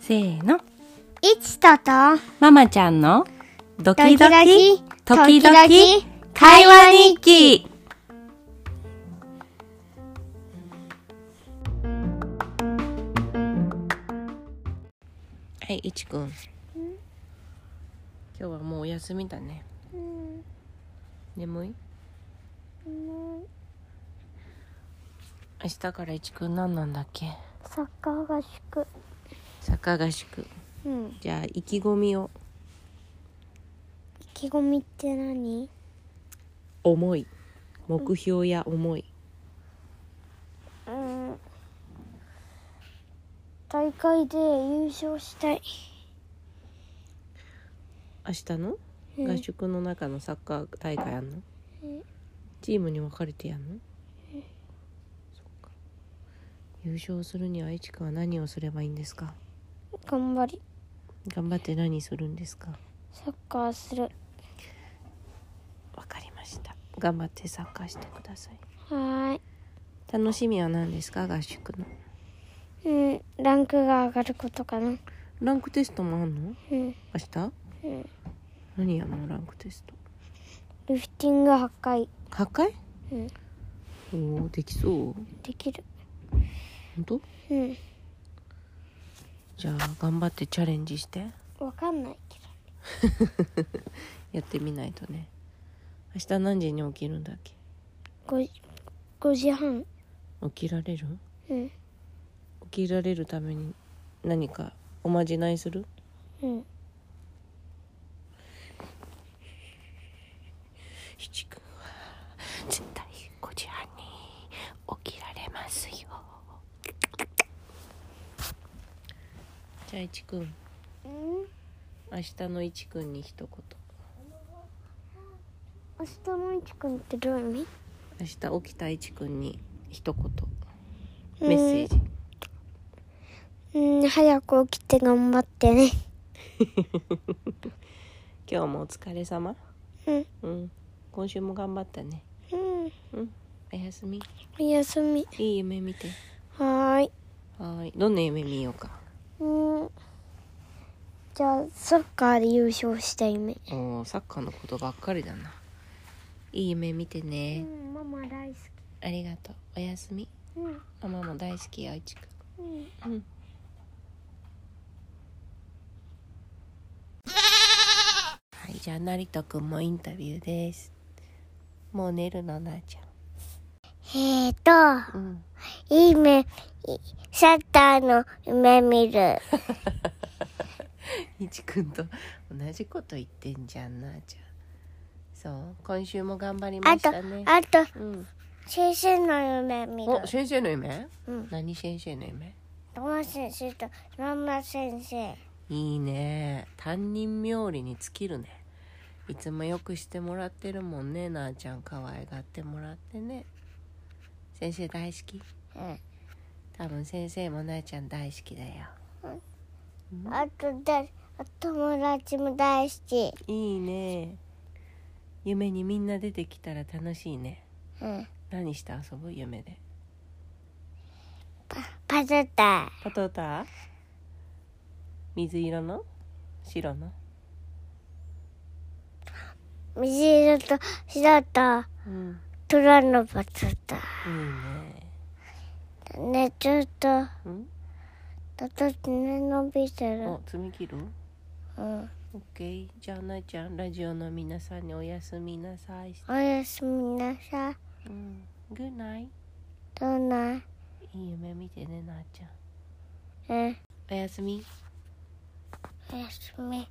せーの。いちとと、ママちゃんのドキドドキ、時キドキ々、会話日記。はい、いちくん。今日はもうお休みだね。眠い明日からいちくん何なんだっけサッカー合宿。サッカー合宿。うん。じゃあ、意気込みを。意気込みって何思い。目標や思い。うん。大会で優勝したい。明日のうん合宿の中のサッカー大会やんの、うんチームに分かれてやんの、そっか優勝するには愛知くんは何をすればいいんですか頑張り。頑張って何するんですかサッカーする。わかりました頑張ってサッカーしてくださいはーい。楽しみは何ですか合宿のうん。ランクが上がることかな。ランクテストもあんのうん。明日うん。何やんのランクテストリフティング破壊。破壊うん。おおできそうできる。本当うん。じゃあ頑張ってチャレンジしてわかんないけど。やってみないとね明日何時に起きるんだっけ 5, 5時半。起きられるうん。起きられるために何かおまじないするうん。ひちくんは絶対5時半に起きられますよじゃあいちくんうん明日のいちくんに一言明日のいちくんってどういう意味明日起きたいちくんに一言メッセージうん、早く起きて頑張ってね。今日もお疲れ様うん。うん今週も頑張ったねうん。うんおやすみおやすみ。いい夢見てはーい。はーいどんな夢見ようかうん。じゃあ、サッカーで優勝した夢。おーサッカーのことばっかりだないい夢見てうね、ん、ママ大好ありがとうおやすみき。うん。ママも大好きよいちくんうん。うんはいじゃあ成人くんもインタビューですもう寝るのなあちえーと、ゃんうんいい目、サッカーの夢見る。いちくんと同じこと言ってんじゃんなあちゃんそう今週も頑張りまあしと、たねあと、うん、先生の夢見るお。先生の夢うん。何先生の夢友達先生と、ママ先生。いいね担任冥利に尽きるねいつもよくしてもらってるもんねなあちゃん可愛がってもらってね先生大好きうん。多分先生もなあちゃん大好きだよあとだ、友達も大好き。いいね夢にみんな出てきたら楽しいねうん。何して遊ぶ夢でパズタ。パトーター水色の白の水色と白とうん虎のパズタ。いいねね、ちょっと、うんだと爪伸びてるお。爪切るうん。オッケーじゃあなあちゃんラジオの皆さんにおやすみなさいおやすみなさい。うん、グッナイどんな、いい夢見てねなあちゃんうん。おやすみおやすみ。